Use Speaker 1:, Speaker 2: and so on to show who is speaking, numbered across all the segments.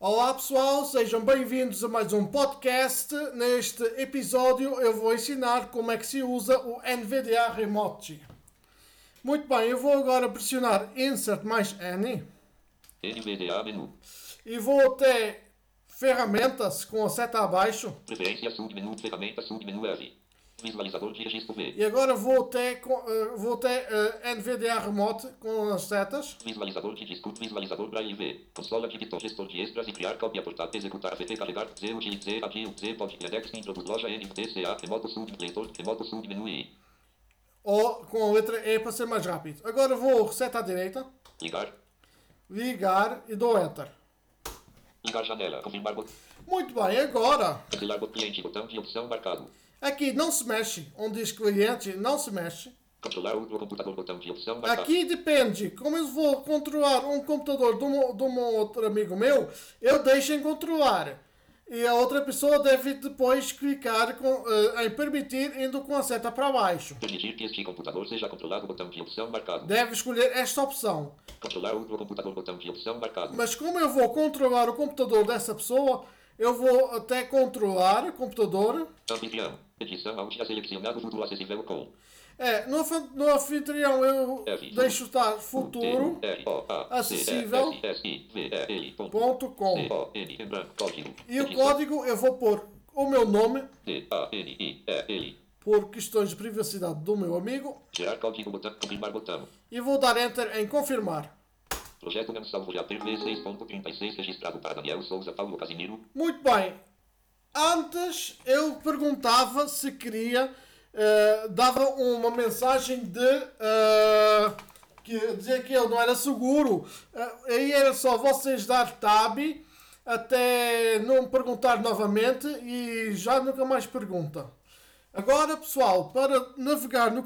Speaker 1: Olá pessoal, sejam bem-vindos a mais um podcast. Neste episódio eu vou ensinar como é que se usa o NVDA Remote. Muito bem, eu vou agora pressionar Insert mais N
Speaker 2: NVDA menu.
Speaker 1: e vou até Ferramentas com a seta abaixo
Speaker 2: Preferência submenu. Ferramenta submenu F. Visualizador de registro B.
Speaker 1: e agora vou até, co- eh, vou até eh, NVDA Remote com as setas
Speaker 2: Visualizador de disco. Visualizador Braille V. Consola de editor. Gestor de extras e criar cópia. Portar. Executar. VT. Carregar. Z. Util. Z. Adil. Z. Pod. Redex. Introduz. Loja. NVDCA. Remoto sub. Leitor. Remoto submenu I.
Speaker 1: ou com a letra E para ser mais rápido. Agora vou seta à direita,
Speaker 2: Ligar.
Speaker 1: ligar e dou Enter.
Speaker 2: Ligar janela. Confirmar botão.
Speaker 1: Muito bem, agora
Speaker 2: Cancelar botão. Cliente. Botão de opção marcado.
Speaker 1: Aqui não se mexe, onde diz cliente não se mexe.
Speaker 2: Controlar outro computador. Botão de opção marcado.
Speaker 1: Aqui depende, como eu vou controlar um computador de um, de um outro amigo meu, eu deixo em controlar. E a outra pessoa deve depois clicar com, eh, em permitir indo com a seta para baixo.
Speaker 2: Permitir que este computador seja controlado. Botão de opção marcado.
Speaker 1: Deve escolher esta opção.
Speaker 2: Controlar outro computador. Botão de opção marcado.
Speaker 1: Mas como eu vou controlar o computador dessa pessoa, eu vou até controlar o computador.
Speaker 2: Anfitrião. Edição áudio selecionado. Tudo acessível com.
Speaker 1: É, no, anfi- no anfitrião eu
Speaker 2: F.
Speaker 1: deixo estar
Speaker 2: é
Speaker 1: futuro. Acessível.
Speaker 2: acessível.com
Speaker 1: Ponto com. E o código eu vou pôr o meu nome,
Speaker 2: D-A-N-I-E-L.
Speaker 1: por questões de privacidade do meu amigo,
Speaker 2: Gerar código botão. Confirmar botão.
Speaker 1: e vou dar Enter em confirmar.
Speaker 2: Projeto não salvo já PV6.36 registrado para Daniel Souza Paulo Casimiro.
Speaker 1: Muito bem. Antes eu perguntava se queria, eh, dava uma mensagem de eh, que dizia que ele não era seguro. Eh, aí era só vocês dar tab até não perguntar novamente e já nunca mais pergunta. Agora pessoal, para navegar no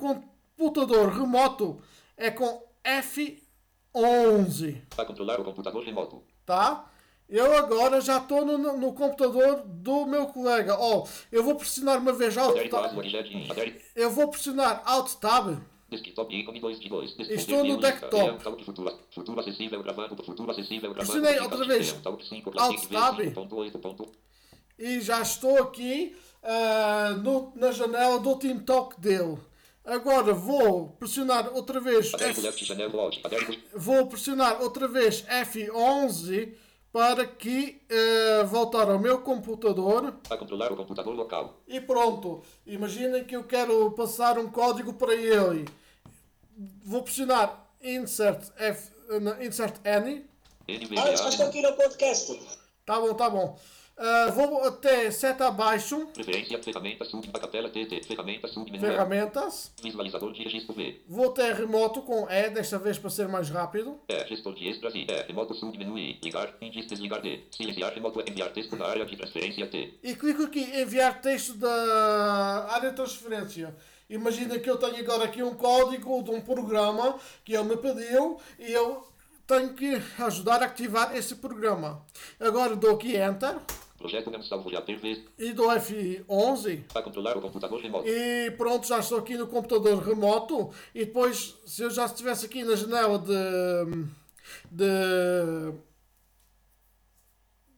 Speaker 1: computador remoto é com F11
Speaker 2: Para controlar o computador remoto.
Speaker 1: tá? Eu agora já estou no, no- no computador do meu colega. Ó, eu vou pressionar uma vez Alt
Speaker 2: Adere
Speaker 1: Tab.
Speaker 2: quase objeto em Adere.
Speaker 1: Eu vou pressionar Alt Tab.
Speaker 2: Desktop ícone 2 de 2.
Speaker 1: Estou no desktop.
Speaker 2: Futuro, futuro acessível gravado. Futuro acessível gravado.
Speaker 1: Pressionei outra vez.
Speaker 2: Talk 5,
Speaker 1: Alt
Speaker 2: Classic
Speaker 1: Tab.
Speaker 2: V5.8.
Speaker 1: E já estou aqui ah, no- na janela do Team Talk dele. Agora vou pressionar outra vez.
Speaker 2: Adere
Speaker 1: F,
Speaker 2: left janela log. Adere
Speaker 1: vou pressionar outra vez F11 para que ah, voltar ao meu computador.
Speaker 2: Para controlar o computador local.
Speaker 1: E pronto, imaginem que eu quero passar um código para ele. Vou pressionar insert, F, não, insert N.
Speaker 2: NVDA.
Speaker 3: Antes, mas estou Ah, aqui no podcast.
Speaker 1: Tá bom, tá bom. Ah, vou até seta abaixo,
Speaker 2: Preferência, ferramenta, sub, bacatela, TT, ferramenta, sub, menu.
Speaker 1: ferramentas.
Speaker 2: Visualizador de registro V.
Speaker 1: Vou até remoto com E, desta vez para ser mais rápido.
Speaker 2: É, gestor de extras I. É, remoto, sub, menu I. Ligar, índice, desligar D. Silenciar, remoto, enviar texto na área de transferência T.
Speaker 1: E clico aqui em enviar texto da área de transferência. Imagina que eu tenho agora aqui um código de um programa que ele me pediu e eu tenho que ajudar a ativar esse programa. Agora dou aqui Enter
Speaker 2: Projeto não salvo já PV.
Speaker 1: e dou F11
Speaker 2: Para controlar o computador remoto.
Speaker 1: e pronto, já estou aqui no computador remoto e depois se eu já estivesse aqui na janela de de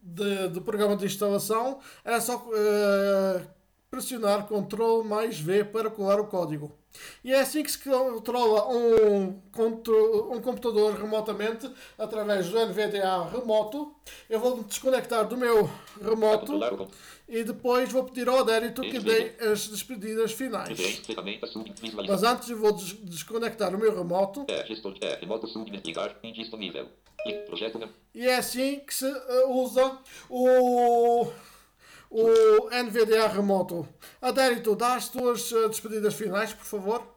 Speaker 1: de, do programa de instalação era só eh, pressionar Ctrl mais V para colar o código e é assim que se controla um, contro- um computador remotamente através do NVDA remoto eu vou me desconectar do meu
Speaker 2: Para
Speaker 1: remoto
Speaker 2: controlar o computador.
Speaker 1: e depois vou pedir ao Adérito que
Speaker 2: Isso,
Speaker 1: dê as despedidas finais.
Speaker 2: Preferência, ferramenta, sub, visualizador.
Speaker 1: Mas antes eu vou des- desconectar o meu remoto
Speaker 2: É, gestor de é, remoto, sub, menu, ligar, indisponível. Clique, projeto não.
Speaker 1: e é assim que se eh, usa o, o NVDA remoto. Adérito, dá as tuas eh, despedidas finais, por favor.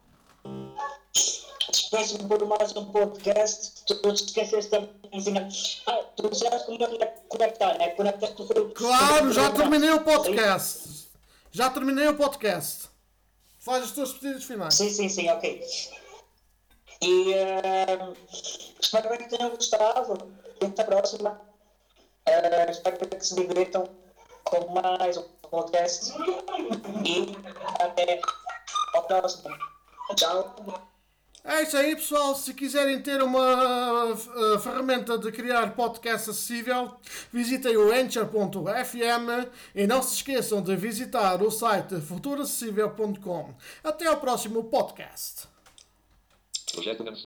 Speaker 3: Despeço-me por mais um podcast. Tu tu esqueceste da mãozinha. Ah, tu sabes como é que conectar, né? Conectaste o grupo.
Speaker 1: Claro, já terminei o podcast. Já terminei o podcast. Faz as tuas despedidas finais.
Speaker 3: Sim, sim, sim, ok. E eh, espero bem que tenham gostado. E Até a próxima. Eh, espero que se divirtam com mais um podcast. E até ao próximo. Tchau.
Speaker 1: É isso aí, pessoal. Se quiserem ter uma uh, ferramenta de criar podcast acessível, visitem o Anchor.fm e não se esqueçam de visitar o site futuracessível.com. Até ao próximo podcast.
Speaker 2: Projeto mensal.